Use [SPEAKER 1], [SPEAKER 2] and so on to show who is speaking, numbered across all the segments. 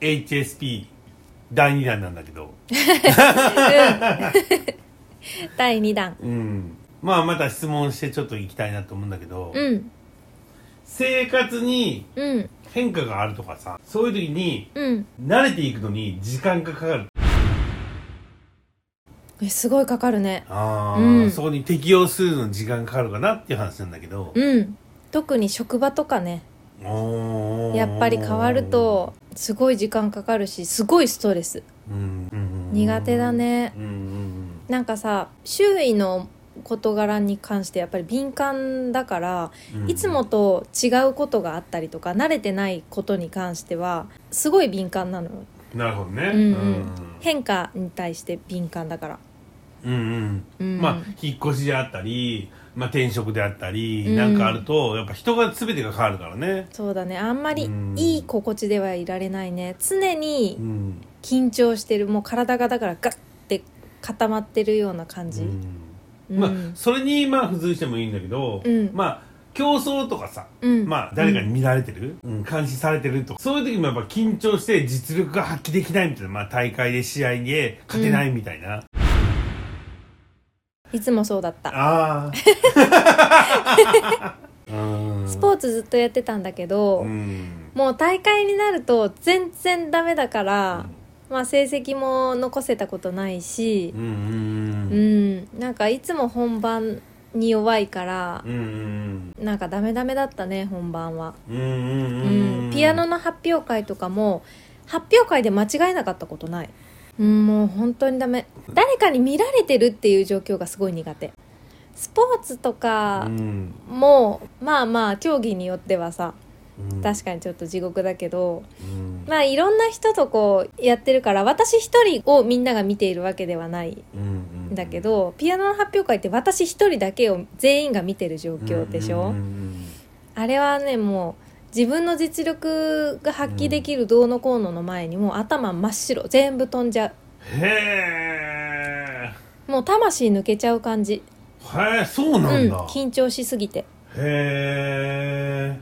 [SPEAKER 1] HSP 第2弾なんだけど、
[SPEAKER 2] 第2弾
[SPEAKER 1] うん、まあまた質問してちょっと行きたいなと思うんだけど、
[SPEAKER 2] うん
[SPEAKER 1] 生活に
[SPEAKER 2] うん
[SPEAKER 1] 変化があるとかさそういう時に
[SPEAKER 2] うん
[SPEAKER 1] 慣れていくのに時間がかかる
[SPEAKER 2] えすごいかかるね
[SPEAKER 1] ああ、
[SPEAKER 2] うん
[SPEAKER 1] そこに適応するのに時間かかるかなっていう話なんだけど、
[SPEAKER 2] うん特に職場とかね
[SPEAKER 1] おー
[SPEAKER 2] やっぱり変わる、とすごい時間かかるしすごいストレス
[SPEAKER 1] うんうんうん
[SPEAKER 2] 苦手だね
[SPEAKER 1] うんうん
[SPEAKER 2] なんかさ周囲の事柄に関してやっぱり敏感だから
[SPEAKER 1] うんうん
[SPEAKER 2] いつもと違うことがあったりとか慣れてないことに関してはすごい敏感なのよ
[SPEAKER 1] なるほどね、
[SPEAKER 2] うんうん変化に対して敏感だから
[SPEAKER 1] うんうん
[SPEAKER 2] うん
[SPEAKER 1] まあ引っ越しであったり、まあ、転職であったり、
[SPEAKER 2] うん
[SPEAKER 1] なんかあるとやっぱ人が全てが変わるからね、
[SPEAKER 2] そうだねあんまり
[SPEAKER 1] うん
[SPEAKER 2] いい心地ではいられないね常
[SPEAKER 1] う
[SPEAKER 2] に
[SPEAKER 1] ん
[SPEAKER 2] 緊張してるもう体がだからガッて固まってるような感じ、うん
[SPEAKER 1] うんまあそれにまあ付随してもいいんだけど、
[SPEAKER 2] うん
[SPEAKER 1] まあ競争とかさ、
[SPEAKER 2] うん
[SPEAKER 1] まあ誰かに見られてる、うん監視されてるとかそういう時もやっぱ緊張して実力が発揮できないみたいな、まあ、大会で試合で勝てないみたいな、
[SPEAKER 2] いつもそうだった
[SPEAKER 1] あ あうん
[SPEAKER 2] スポーツずっとやってたんだけど、
[SPEAKER 1] うん
[SPEAKER 2] もう大会になると全然ダメだから、まあ成績も残せたことないし
[SPEAKER 1] うんうんう
[SPEAKER 2] う
[SPEAKER 1] んん、
[SPEAKER 2] なんかいつも本番に弱いから
[SPEAKER 1] うんうん
[SPEAKER 2] なんかダメダメだったね本番は、
[SPEAKER 1] うんうんうん
[SPEAKER 2] うん
[SPEAKER 1] うん
[SPEAKER 2] ピアノの発表会とかも発表会で間違えなかったことない、うん、もう本当にダメ誰かに見られてるっていう状況がすごい苦手スポーツとか
[SPEAKER 1] うん
[SPEAKER 2] も、まあまあ競技によってはさ
[SPEAKER 1] うん
[SPEAKER 2] 確かにちょっと地獄だけど、
[SPEAKER 1] うん
[SPEAKER 2] まあいろんな人とこうやってるから私一人をみんなが見ているわけではない
[SPEAKER 1] うんうん
[SPEAKER 2] んだけど、ピアノの発表会って私一人だけを全員が見てる状況でし
[SPEAKER 1] う
[SPEAKER 2] ょ、
[SPEAKER 1] んうん
[SPEAKER 2] あれはねもう自分の実力が発揮できるどうのこうのの前にもう頭真っ白全部飛んじゃ
[SPEAKER 1] うんへ
[SPEAKER 2] うもう魂抜けちゃう感じ
[SPEAKER 1] ーへえそう
[SPEAKER 2] う
[SPEAKER 1] なん
[SPEAKER 2] ん
[SPEAKER 1] だ、へ
[SPEAKER 2] 緊張しすぎて
[SPEAKER 1] え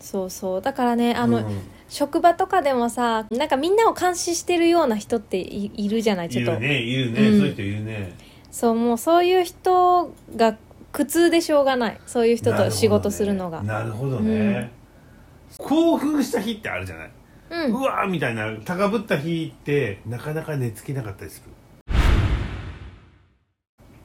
[SPEAKER 2] そうそうだからねあの、
[SPEAKER 1] うん
[SPEAKER 2] 職場とかでもさなんかみんなを監視してるような人っていいるじゃない
[SPEAKER 1] い
[SPEAKER 2] ちょっと
[SPEAKER 1] るねいるね、
[SPEAKER 2] うん
[SPEAKER 1] そういう人いるね
[SPEAKER 2] そうもうそういう人が苦痛でしょうがないそういう人
[SPEAKER 1] なるほど
[SPEAKER 2] と
[SPEAKER 1] ね
[SPEAKER 2] 仕事するのが、
[SPEAKER 1] なるほどね、興奮した日ってあるじゃない、う
[SPEAKER 2] う
[SPEAKER 1] んわーみたいな高ぶった日ってなかなか寝つけなかったりする、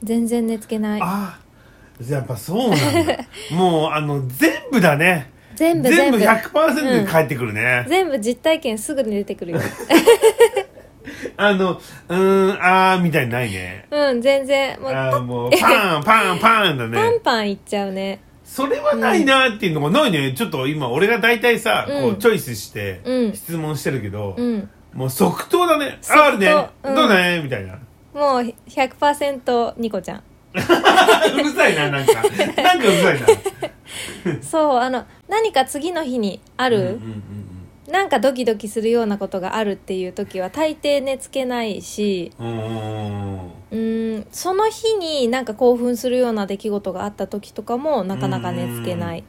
[SPEAKER 2] 全然寝つけない
[SPEAKER 1] ああやっぱそうなんだもうあの全部だね
[SPEAKER 2] 全部全
[SPEAKER 1] 全
[SPEAKER 2] 部
[SPEAKER 1] 部
[SPEAKER 2] 全部
[SPEAKER 1] 100%で返ってくるね、
[SPEAKER 2] 実体験すぐに出てくるよ
[SPEAKER 1] あの、うーん、あーみたいにないね。
[SPEAKER 2] うん全然もう
[SPEAKER 1] あーもう、パン、パン、パンだ
[SPEAKER 2] パン
[SPEAKER 1] ね。
[SPEAKER 2] パンいっちゃうね
[SPEAKER 1] それはないなーっていうのがないね。ちょっと今、俺が大体さ、
[SPEAKER 2] うん
[SPEAKER 1] こう、チョイスして
[SPEAKER 2] う、ん
[SPEAKER 1] 質問してるけど、
[SPEAKER 2] うん
[SPEAKER 1] もう即答だね。
[SPEAKER 2] 即答
[SPEAKER 1] あるね。
[SPEAKER 2] うん
[SPEAKER 1] どうだねみたいな。
[SPEAKER 2] もう100%ニコちゃん
[SPEAKER 1] うるさいな、なんか。なんかうる さいな。
[SPEAKER 2] そうあの何か次の日にあ
[SPEAKER 1] うんうん
[SPEAKER 2] る、なんかドキドキするようなことがあるっていう時は大抵寝つけないし
[SPEAKER 1] うんうん。うーん
[SPEAKER 2] うーんその日になんか興奮するような出来事があった時とかもなかなか寝つけない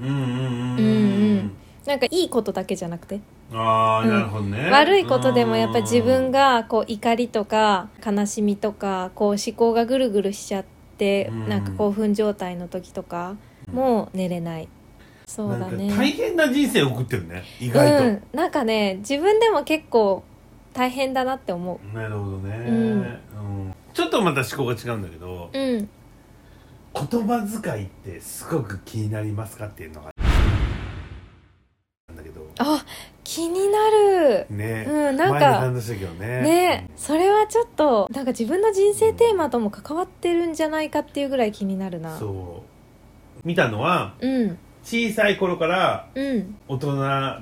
[SPEAKER 1] うんうんうん
[SPEAKER 2] うん
[SPEAKER 1] う
[SPEAKER 2] うん
[SPEAKER 1] ん。
[SPEAKER 2] なんかいいことだけじゃなくて
[SPEAKER 1] あー、なるほどね。
[SPEAKER 2] 悪いことでもやっぱり自分
[SPEAKER 1] が、
[SPEAKER 2] がこう怒りとか悲しみとかこう思考がぐるぐるしちゃって
[SPEAKER 1] うん
[SPEAKER 2] なんか興奮状態の時とかもう寝れないそうだ
[SPEAKER 1] なんか大
[SPEAKER 2] ね
[SPEAKER 1] 変な人生送ってるね。意
[SPEAKER 2] う
[SPEAKER 1] 外と。
[SPEAKER 2] んなんかね自分でも結構大変だなって思
[SPEAKER 1] なるほどね、
[SPEAKER 2] う
[SPEAKER 1] うんちょっとまた思考が違うんだけど
[SPEAKER 2] うう
[SPEAKER 1] 言
[SPEAKER 2] ん
[SPEAKER 1] 葉遣いってすごく気になりますかっていうのがなんだけど
[SPEAKER 2] あ気になる
[SPEAKER 1] ね、
[SPEAKER 2] うんなんか
[SPEAKER 1] 前に話したけどね
[SPEAKER 2] ねそれはちょっとなんか自分の人生テーマとも関わってるんじゃないかっていうぐらい気になるなう
[SPEAKER 1] そう見たのは
[SPEAKER 2] ん
[SPEAKER 1] 小さい頃から
[SPEAKER 2] うん
[SPEAKER 1] 大人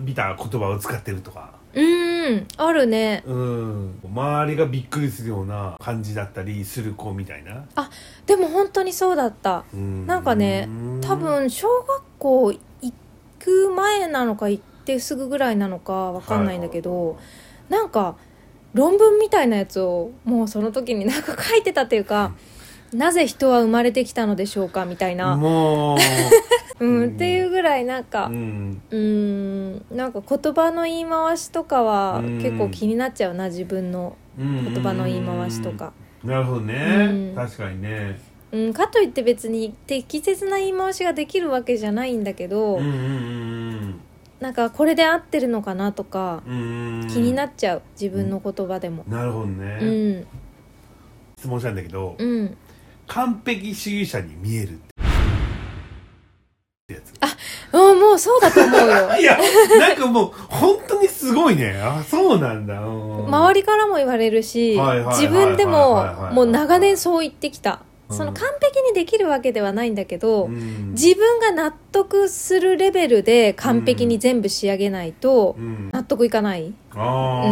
[SPEAKER 1] びた言葉を使ってるとか
[SPEAKER 2] うーんあるね
[SPEAKER 1] うん周りがびっくりするような感じだったりする子みたいな、
[SPEAKER 2] でも本当にそうだった
[SPEAKER 1] う
[SPEAKER 2] なんかね多分小学校行く前なのか行ってすぐぐらいなのかわかんないんだけど、なんか論文みたいなやつをもうその時になんか書いてたというかなぜ人は生まれてきたのでしょうかみたいな、
[SPEAKER 1] もう、
[SPEAKER 2] うん、っていうぐらいなんか
[SPEAKER 1] うん、
[SPEAKER 2] うーんなんか言葉の言い回しとかは
[SPEAKER 1] うん
[SPEAKER 2] 結構気になっちゃうな自分の
[SPEAKER 1] 言
[SPEAKER 2] 言葉の言い回しとか、
[SPEAKER 1] なるほどね、
[SPEAKER 2] うん
[SPEAKER 1] 確かにね
[SPEAKER 2] うん、かといって別に適切な言い回しができるわけじゃないんだけど、
[SPEAKER 1] うんうんうん
[SPEAKER 2] なんかこれで合ってるのかなとか
[SPEAKER 1] うんうんうん
[SPEAKER 2] 気になっちゃう自分の言葉でも。
[SPEAKER 1] なるほどね、
[SPEAKER 2] うん、
[SPEAKER 1] 質問したいんだけど、
[SPEAKER 2] うん、
[SPEAKER 1] 完璧主義者に見えるってやつ
[SPEAKER 2] うん、もうそうだと思うよ
[SPEAKER 1] いやなんかもう本当にすごいねあそうなんだ
[SPEAKER 2] 周
[SPEAKER 1] 周
[SPEAKER 2] りからも言われるし
[SPEAKER 1] はいはいはいはい
[SPEAKER 2] 自分で
[SPEAKER 1] はいはいはい
[SPEAKER 2] も
[SPEAKER 1] はい
[SPEAKER 2] もう長年そう言ってきた、
[SPEAKER 1] うん
[SPEAKER 2] その完璧にできるわけではないんだけど、
[SPEAKER 1] うん
[SPEAKER 2] 自分が納得するレベルで完璧に全部仕上げないと
[SPEAKER 1] うん
[SPEAKER 2] 納得いかない、うん、
[SPEAKER 1] あ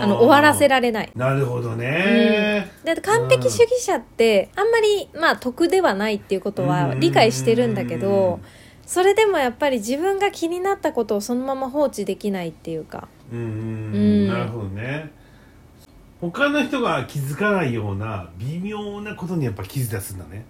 [SPEAKER 1] ー
[SPEAKER 2] あの終わらせられない
[SPEAKER 1] なるほどね、
[SPEAKER 2] だって完璧主義者ってあんまりまあ得ではないっていうことは理解してるんだけどそれでもやっぱり自分が気になったことをそのまま放置できないっていうか
[SPEAKER 1] うんうん、
[SPEAKER 2] うん
[SPEAKER 1] なるほどね他の人が気づかないような微妙なことにやっぱ気づ出すんだね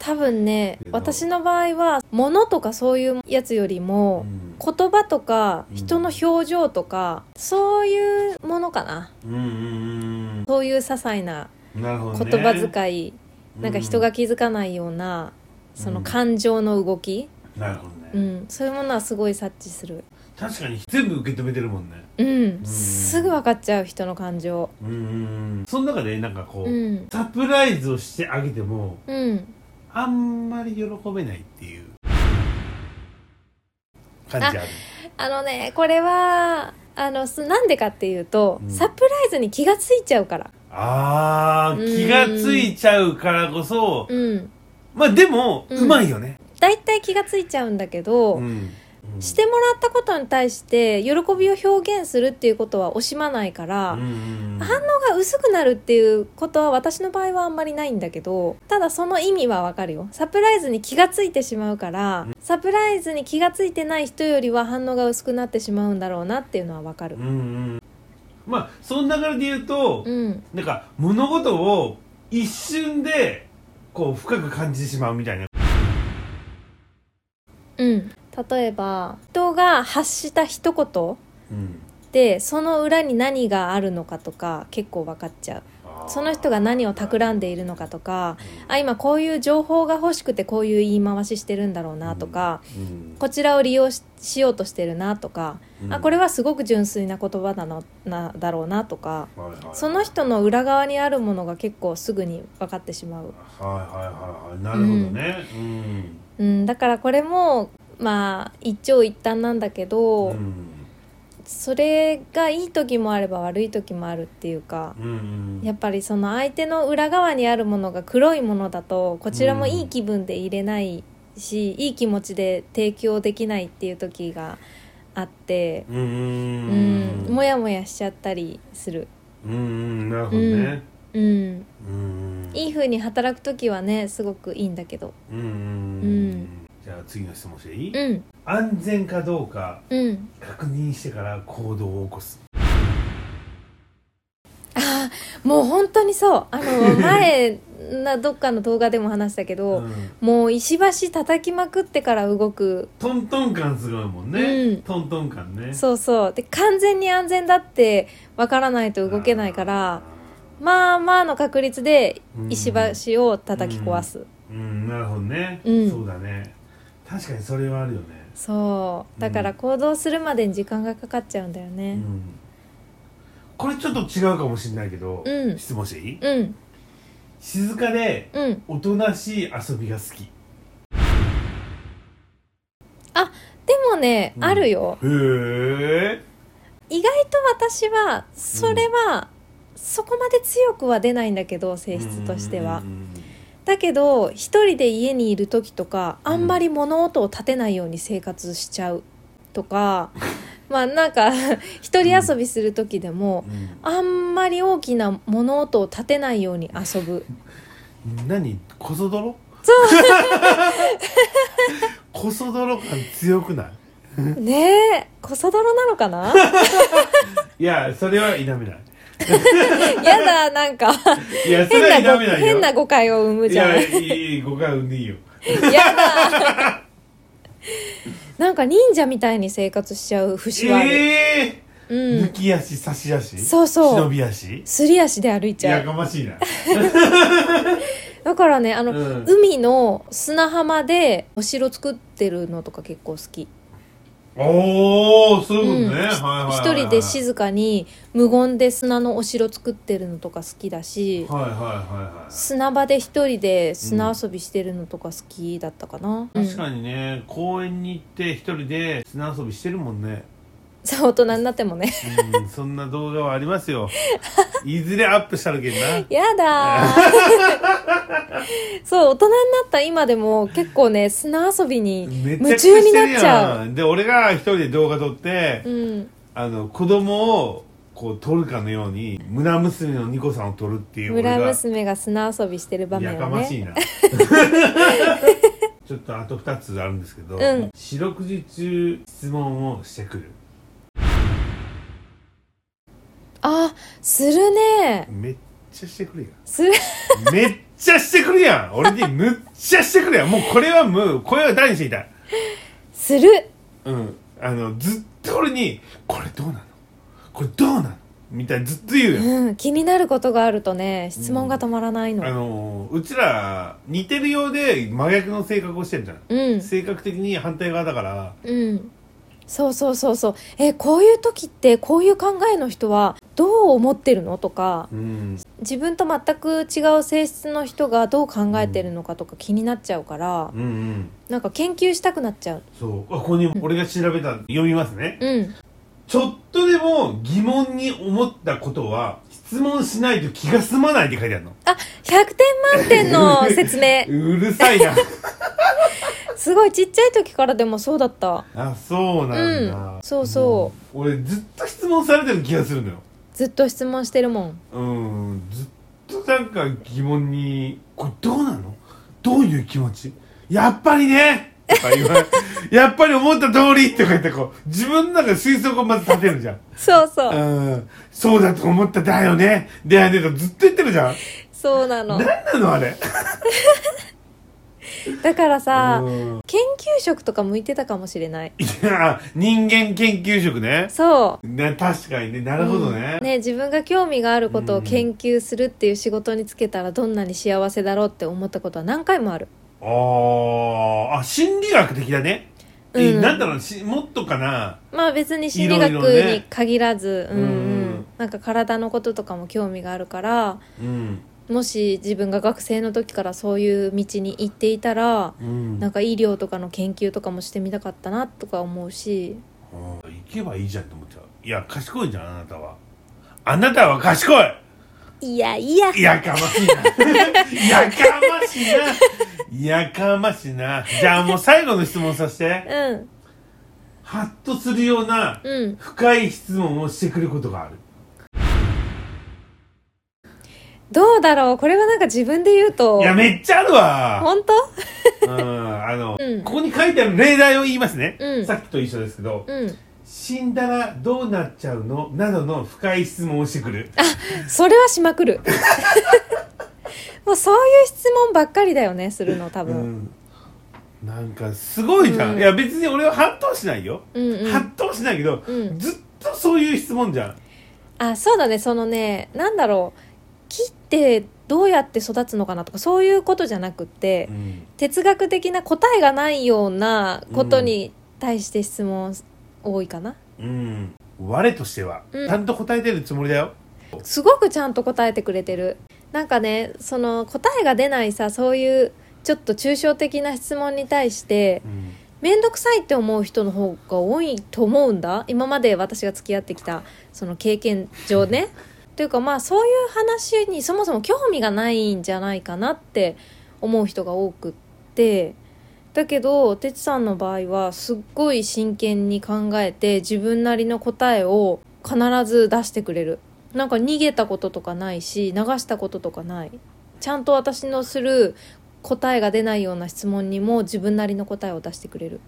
[SPEAKER 2] 多分ね
[SPEAKER 1] けど
[SPEAKER 2] 私の場合は物とかそういうやつより
[SPEAKER 1] う
[SPEAKER 2] も
[SPEAKER 1] ん
[SPEAKER 2] 言葉とか
[SPEAKER 1] うん
[SPEAKER 2] 人の表情とかそういうものかな
[SPEAKER 1] うんうん
[SPEAKER 2] そういう些細な
[SPEAKER 1] うんなるほどね
[SPEAKER 2] 言葉遣い、
[SPEAKER 1] う
[SPEAKER 2] なんか人が気づかないような、その
[SPEAKER 1] うん
[SPEAKER 2] 感情の動き、
[SPEAKER 1] なるほどね、
[SPEAKER 2] うんそういうものはすごい察知する、
[SPEAKER 1] 確かに全部受け止めてるもんね
[SPEAKER 2] うん
[SPEAKER 1] ん
[SPEAKER 2] すぐ分かっちゃう人の感情
[SPEAKER 1] うんうんうんその中でなんかこう、
[SPEAKER 2] うん
[SPEAKER 1] サプライズをしてあげても
[SPEAKER 2] うん
[SPEAKER 1] あんまり喜べないっていう感じある
[SPEAKER 2] あのねこれはあのすなんでかっていうと、
[SPEAKER 1] うん
[SPEAKER 2] サプライズに気がついちゃうから
[SPEAKER 1] あー気がついちゃうからこそ、
[SPEAKER 2] うん
[SPEAKER 1] まあでも、
[SPEAKER 2] う
[SPEAKER 1] うんまいよね、
[SPEAKER 2] だいたい気がついちゃうんだけど、
[SPEAKER 1] うんうん
[SPEAKER 2] してもらったことに対して喜びを表現するっていうことは惜しまないから、
[SPEAKER 1] うんうんうん
[SPEAKER 2] 反応が薄くなるっていうことは私の場合はあんまりないんだけどただその意味はわかるよサプライズに気がついてしまうからサプライズに気がついてない人よりは反応が薄くなってしまうんだろうなっていうのはわかる
[SPEAKER 1] うんうんまあその流れで言うと、
[SPEAKER 2] うん
[SPEAKER 1] なんか物事を一瞬でこう深く感じてしまうみたいな
[SPEAKER 2] うん例えば人が発した一言
[SPEAKER 1] うん
[SPEAKER 2] でその裏に何があるのかとか結構分かっちゃう
[SPEAKER 1] あー
[SPEAKER 2] その人が何を企んでいるのかとかあ今こういう情報が欲しくてこういう言い回ししてるんだろうなとか、
[SPEAKER 1] うん
[SPEAKER 2] こちらを利用ししようとしてるなとか、
[SPEAKER 1] うん
[SPEAKER 2] あこれはすごく純粋な言葉だななだろうなとか
[SPEAKER 1] はいはい
[SPEAKER 2] その人の裏側にあるものが結構すぐに分かってしまう、
[SPEAKER 1] はいはいはいはいなるほどねうん
[SPEAKER 2] うん、だからこれもまあ一長一短なんだけど、
[SPEAKER 1] うん
[SPEAKER 2] それがいい時もあれば悪い時もあるっていうか。
[SPEAKER 1] うん
[SPEAKER 2] やっぱりその相手の裏側にあるものが黒いものだとこちらもいい気分で入れないし、いい気持ちで提供できないっていう時があって、
[SPEAKER 1] うんうん
[SPEAKER 2] う
[SPEAKER 1] うんん
[SPEAKER 2] もやもやしちゃったりする、
[SPEAKER 1] うんうんなるほどね
[SPEAKER 2] うん、
[SPEAKER 1] うん
[SPEAKER 2] いい風に働く時はねすごくいいんだけど
[SPEAKER 1] うんうん
[SPEAKER 2] うん
[SPEAKER 1] じゃあ次の質問していい
[SPEAKER 2] うん
[SPEAKER 1] 安全かどうか
[SPEAKER 2] うん
[SPEAKER 1] 確認してから行動を起こす
[SPEAKER 2] あーもう本当にそうあ の前などっかの動画でも話したけど、
[SPEAKER 1] うん
[SPEAKER 2] もう石橋叩きまくってから動く
[SPEAKER 1] トントン感すごいもん
[SPEAKER 2] う
[SPEAKER 1] ね
[SPEAKER 2] ん
[SPEAKER 1] トントン感ね
[SPEAKER 2] そうそうで完全に安全だってわからないと動けないからまあまあの確率で
[SPEAKER 1] うん
[SPEAKER 2] 石橋を叩き壊す、
[SPEAKER 1] うんなるほどね
[SPEAKER 2] うん
[SPEAKER 1] そうだね確かにそれはあるよね
[SPEAKER 2] そうだから行動するまでに時間がかかっちゃうんだよ
[SPEAKER 1] う
[SPEAKER 2] ね
[SPEAKER 1] んこれちょっと違うかもしれないけど
[SPEAKER 2] うん
[SPEAKER 1] 質問していい
[SPEAKER 2] うん
[SPEAKER 1] 静かで
[SPEAKER 2] うん
[SPEAKER 1] おとなしい遊びが好き
[SPEAKER 2] でもね、
[SPEAKER 1] うん
[SPEAKER 2] あるよ
[SPEAKER 1] へえ
[SPEAKER 2] 意外と私はそれは、そこまで強くは出ないんだけど性質としては、だけど一人で家にいる時とかあんまり物音を立てないように生活しちゃうとか、まあなんか 一人遊びする時でも、あんまり大きな物音を立てないように遊ぶ
[SPEAKER 1] 何こそ泥 こそ泥感強くない
[SPEAKER 2] ねえこそ泥なの かな
[SPEAKER 1] いやそれは否めない
[SPEAKER 2] やだなんか
[SPEAKER 1] いやそ
[SPEAKER 2] 変
[SPEAKER 1] れは否
[SPEAKER 2] なご
[SPEAKER 1] めないよ
[SPEAKER 2] 変な誤解を生む
[SPEAKER 1] い
[SPEAKER 2] じゃん
[SPEAKER 1] や
[SPEAKER 2] や
[SPEAKER 1] いい誤解を生んでいいよ
[SPEAKER 2] だなんか忍者みたいに生活しちゃう節はある、
[SPEAKER 1] ええ
[SPEAKER 2] う
[SPEAKER 1] 抜
[SPEAKER 2] ん
[SPEAKER 1] き足差し足
[SPEAKER 2] そうそう
[SPEAKER 1] 忍び足
[SPEAKER 2] すり足で歩いちゃ
[SPEAKER 1] や
[SPEAKER 2] う
[SPEAKER 1] かましいな
[SPEAKER 2] だからねあの、
[SPEAKER 1] うん
[SPEAKER 2] 海の砂浜でお城作ってるのとか結構好き
[SPEAKER 1] おお そういうことね、は
[SPEAKER 2] うん
[SPEAKER 1] いはいはい、はい、
[SPEAKER 2] 一人で静かに無言で砂のお城作ってるのとか好きだし
[SPEAKER 1] はいはいはいはい
[SPEAKER 2] 砂場で一人で砂遊びしてるのとか好きだったかな、うん
[SPEAKER 1] 確かにね公園に行って一人で砂遊びしてるもんね
[SPEAKER 2] そう大人になって もね
[SPEAKER 1] うんそんな動画はありますよいずれアップしたるけんな
[SPEAKER 2] やだ ーそう大人になった今でも結構ね砂遊びに
[SPEAKER 1] めちゃくちゃ
[SPEAKER 2] 夢中
[SPEAKER 1] し
[SPEAKER 2] に
[SPEAKER 1] てる
[SPEAKER 2] なっちゃ
[SPEAKER 1] や
[SPEAKER 2] うん
[SPEAKER 1] で俺が一人で動画撮って、
[SPEAKER 2] うん
[SPEAKER 1] あの子供をこう撮るかのように村娘のニコさんを撮るっていう俺
[SPEAKER 2] 村
[SPEAKER 1] が
[SPEAKER 2] 娘が砂遊びしてる場
[SPEAKER 1] や
[SPEAKER 2] 面
[SPEAKER 1] か
[SPEAKER 2] を
[SPEAKER 1] まし
[SPEAKER 2] ね
[SPEAKER 1] いなちょっとあと2つあるんですけど、
[SPEAKER 2] うん
[SPEAKER 1] 四六時中質問をしてくる
[SPEAKER 2] あするね
[SPEAKER 1] めっちゃしてくるやん
[SPEAKER 2] する
[SPEAKER 1] めっちゃしてくるやん俺にむっちゃしてくるやんもうこれはもう声を大にしていたい
[SPEAKER 2] する
[SPEAKER 1] うんあのずっと俺に「これどうなのこれどうなの?」みたいにずっと言うやん、
[SPEAKER 2] うん気になることがあるとね質問が止まらないの
[SPEAKER 1] あのうちら似てるようで真逆の性格をしてるじゃん、
[SPEAKER 2] うん
[SPEAKER 1] 性格的に反対側だから
[SPEAKER 2] うんそうそうそうそうえこういう時ってこういう考えの人はどう思ってるのとか
[SPEAKER 1] うん
[SPEAKER 2] 自分と全く違う性質の人がどう考えてるのかとか気になっちゃうから
[SPEAKER 1] うんうん
[SPEAKER 2] なんか研究したくなっちゃう
[SPEAKER 1] そうあここに俺が調べた読みますね、
[SPEAKER 2] うん
[SPEAKER 1] ちょっとでも疑問に思ったことは質問しないと気が済まないって書いてあるの
[SPEAKER 2] あ100点満点の説明
[SPEAKER 1] うるさ いな
[SPEAKER 2] すごいちっちゃい時からでもそうだった
[SPEAKER 1] あそうなんだ、
[SPEAKER 2] うんそうそ
[SPEAKER 1] うん、俺ずっと質問されてる気がするのよ
[SPEAKER 2] ずっと質問してるもん
[SPEAKER 1] うんずっとなんか疑問に「これどうなのどういう気持ちやっぱりね!」とか言われ やっぱり思った通り!」とか言ってこう自分の中で推測をまず立てるじゃん
[SPEAKER 2] そうそう
[SPEAKER 1] うんそうだと思っただよねだよねとずっと言ってるじゃん
[SPEAKER 2] そうなの
[SPEAKER 1] 何なのあれ
[SPEAKER 2] だからさ
[SPEAKER 1] うん
[SPEAKER 2] 研究職とか向いてたかもしれない
[SPEAKER 1] いや人間研究職ね
[SPEAKER 2] そう
[SPEAKER 1] ね確かにねなるほどね,、
[SPEAKER 2] ね自分が興味があること
[SPEAKER 1] う
[SPEAKER 2] を
[SPEAKER 1] ん
[SPEAKER 2] 研究するっていう仕事に就けたらどんなに幸せだろうって思ったことは何回もある
[SPEAKER 1] あーあ心理学的だね、え
[SPEAKER 2] うん
[SPEAKER 1] なんだろうしもっとかな
[SPEAKER 2] まあ別に心理
[SPEAKER 1] い
[SPEAKER 2] 学
[SPEAKER 1] ろいろね
[SPEAKER 2] に限らず、うんうん
[SPEAKER 1] うん
[SPEAKER 2] なんか体のこととかも興味があるから
[SPEAKER 1] うん
[SPEAKER 2] もし自分が学生の時からそういう道に行っていたら
[SPEAKER 1] うん
[SPEAKER 2] なんか医療とかの研究とかもしてみたかったなとか思うし
[SPEAKER 1] うん行けばいいじゃんって思っちゃういや賢いじゃんあなたはあなたは賢い
[SPEAKER 2] いやいや
[SPEAKER 1] やかましいな やかましいなやかましいなじゃあもう最後の質問させて
[SPEAKER 2] うん
[SPEAKER 1] ハッとするような
[SPEAKER 2] うん
[SPEAKER 1] 深い質問をしてくることがある
[SPEAKER 2] どうだろうこれはなんか自分で言うと
[SPEAKER 1] いやめっちゃあるわ
[SPEAKER 2] 本当
[SPEAKER 1] うんあの、
[SPEAKER 2] うん
[SPEAKER 1] ここに書いてある例題を言いますね、
[SPEAKER 2] うん
[SPEAKER 1] さっきと一緒ですけど、
[SPEAKER 2] うん
[SPEAKER 1] 死んだらどうなっちゃうのなどの深い質問をしてくる
[SPEAKER 2] それはしまく るもうそういう質問ばっかりだよねするの多
[SPEAKER 1] う
[SPEAKER 2] 分、
[SPEAKER 1] んなんかすごいじゃん、
[SPEAKER 2] うん
[SPEAKER 1] いや別に俺は反応しないよ、
[SPEAKER 2] うんうん
[SPEAKER 1] 反応しないけど、
[SPEAKER 2] うん
[SPEAKER 1] ずっとそういう質問じゃん
[SPEAKER 2] あそうだねそのねなんだろう木ってどうやって育つのかなとかそういうことじゃなくって、
[SPEAKER 1] うん、
[SPEAKER 2] 哲学的な答えがないようなことに対して質問多いかな、
[SPEAKER 1] 我としては、
[SPEAKER 2] うん
[SPEAKER 1] ちゃんと答えてるつもりだよ
[SPEAKER 2] すごくちゃんと答えてくれてるなんかねその答えが出ないさそういうちょっと抽象的な質問に対して
[SPEAKER 1] うん
[SPEAKER 2] 面倒くさいって思う人の方が多いと思うんだ今まで私が付き合ってきたその経験上ね。というかまあそういう話にそもそも興味がないんじゃないかなって思う人が多くってだけどてつさんの場合はすっごい真剣に考えて自分なりの答えを必ず出してくれるなんか逃げたこととかないし流したこととかないちゃんと私のする答えが出ないような質問にも自分なりの答えを出してくれる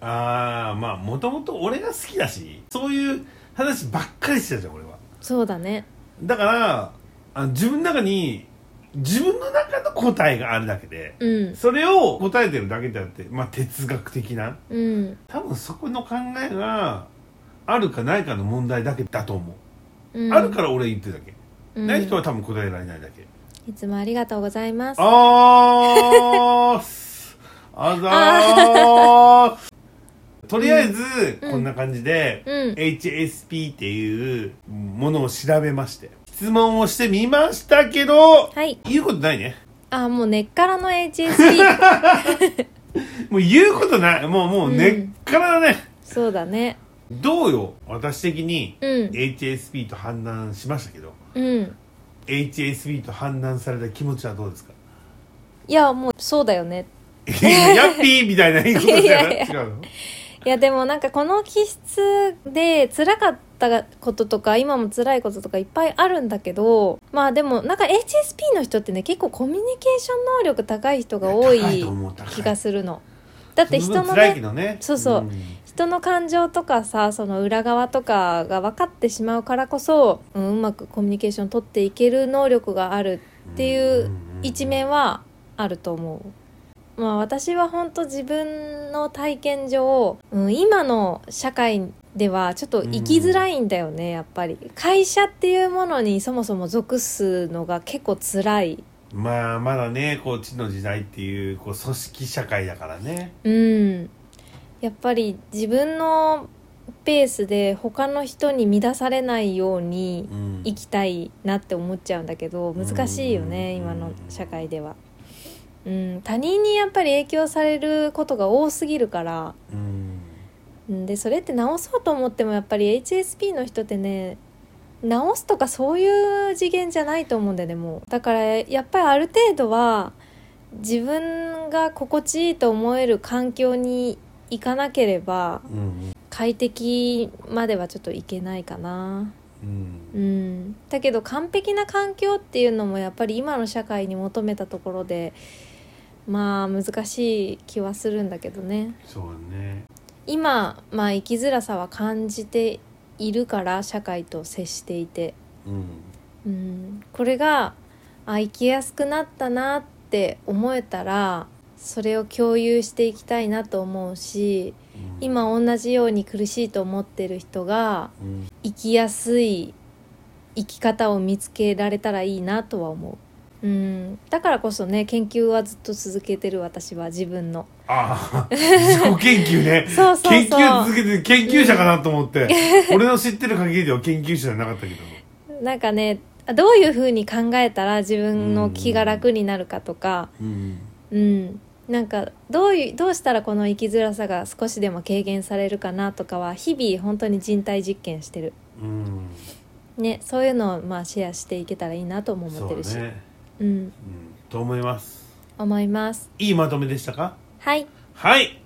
[SPEAKER 1] ああまあもともと俺が好きだしそういう話ばっかりしてたじゃん俺は
[SPEAKER 2] そうだね
[SPEAKER 1] だからあ自分の中に自分の中の答えがあるだけで
[SPEAKER 2] うん
[SPEAKER 1] それを答えてるだけであって、まあ、哲学的な
[SPEAKER 2] うん
[SPEAKER 1] 多分そこの考えがあるかないかの問題だけだと思う、
[SPEAKER 2] うん
[SPEAKER 1] あるから俺言ってるだけ、
[SPEAKER 2] うん
[SPEAKER 1] ない人は多分答えられないだけ
[SPEAKER 2] いつもありがとうございます
[SPEAKER 1] あーすあざー すとりあえず、
[SPEAKER 2] うん
[SPEAKER 1] こんな感じで、
[SPEAKER 2] うん
[SPEAKER 1] HSP っていうものを調べまして質問をしてみましたけど、
[SPEAKER 2] はい
[SPEAKER 1] 言うことないね
[SPEAKER 2] あもう根っから の HSP
[SPEAKER 1] もう言うことないもうもう
[SPEAKER 2] うん
[SPEAKER 1] 根っからだね、
[SPEAKER 2] そうだね
[SPEAKER 1] どうよ私的に
[SPEAKER 2] うん
[SPEAKER 1] HSP と判断しましたけど
[SPEAKER 2] うん
[SPEAKER 1] HSP と判断された気持ちはどうですか
[SPEAKER 2] いやもうそうだよね
[SPEAKER 1] ヤッピーみたいな言い方じゃない
[SPEAKER 2] いやい
[SPEAKER 1] 違うの
[SPEAKER 2] いやでもなんかこの気質で辛かったこととか今も辛いこととかいっぱいあるんだけどまあでもなんか HSP の人ってね結構コミュニケーション能力高い人が多い
[SPEAKER 1] 高いと思う高い
[SPEAKER 2] 気がするの。だって人
[SPEAKER 1] そ分
[SPEAKER 2] の
[SPEAKER 1] 辛いけ
[SPEAKER 2] ね
[SPEAKER 1] どね
[SPEAKER 2] そうそうん人の感情とかさその裏側とかが分かってしまうからこそ、うん、うまくコミュニケーション取っていける能力があるっていう一面はあると思う。まあ私は本当自分の体験上、うん、今の社会ではちょっと生きづらいんだよね、やっぱり会社っていうものにそもそも属すのが結構辛い
[SPEAKER 1] まあまだねこっちの時代っていうこう組織社会だからね
[SPEAKER 2] うんやっぱり自分のペースで他の人に乱されないように
[SPEAKER 1] うん
[SPEAKER 2] 生きたいなって思っちゃうんだけど難しいよね、
[SPEAKER 1] うん
[SPEAKER 2] 今の社会では、うん、他人にやっぱり影響されることが多すぎるから
[SPEAKER 1] うん
[SPEAKER 2] うんでそれって直そうと思ってもやっぱり HSP の人ってね直すとかそういう次元じゃないと思うんだよねもうだからやっぱりある程度は自分が心地いいと思える環境に行かなければ
[SPEAKER 1] うん
[SPEAKER 2] 快適まではちょっといけないかな
[SPEAKER 1] うん
[SPEAKER 2] うん、だけど完璧な環境っていうのもやっぱり今の社会に求めたところでまあ難しい気はするんだけどね
[SPEAKER 1] そうね
[SPEAKER 2] 今、まあ、生きづらさは感じているから社会と接していて、
[SPEAKER 1] うん
[SPEAKER 2] うん、これがあ生きやすくなったなって思えたらそれを共有していきたいなと思うし
[SPEAKER 1] うん
[SPEAKER 2] 今同じように苦しいと思ってる人が
[SPEAKER 1] うん
[SPEAKER 2] 生きやすい生き方を見つけられたらいいなとは思ううんだからこそね研究はずっと続けてる私は自分の
[SPEAKER 1] ああ自己研究ね
[SPEAKER 2] そうそうそう
[SPEAKER 1] 研究続けて研究者かなと思って、俺の知ってる限りでは研究者じゃなかったけど
[SPEAKER 2] なんかねどういうふうに考えたら自分の気が楽になるかとか
[SPEAKER 1] うん
[SPEAKER 2] うんなんかどういうどうしたらこの生きづらさが少しでも軽減されるかなとかは日々本当に人体実験してる
[SPEAKER 1] うん
[SPEAKER 2] ねそういうのをまあシェアしていけたらいいなとも思っ
[SPEAKER 1] そ
[SPEAKER 2] て
[SPEAKER 1] う
[SPEAKER 2] るし
[SPEAKER 1] ね、
[SPEAKER 2] うん
[SPEAKER 1] うん、と思います
[SPEAKER 2] 思います
[SPEAKER 1] いいまとめでしたか
[SPEAKER 2] はい
[SPEAKER 1] はい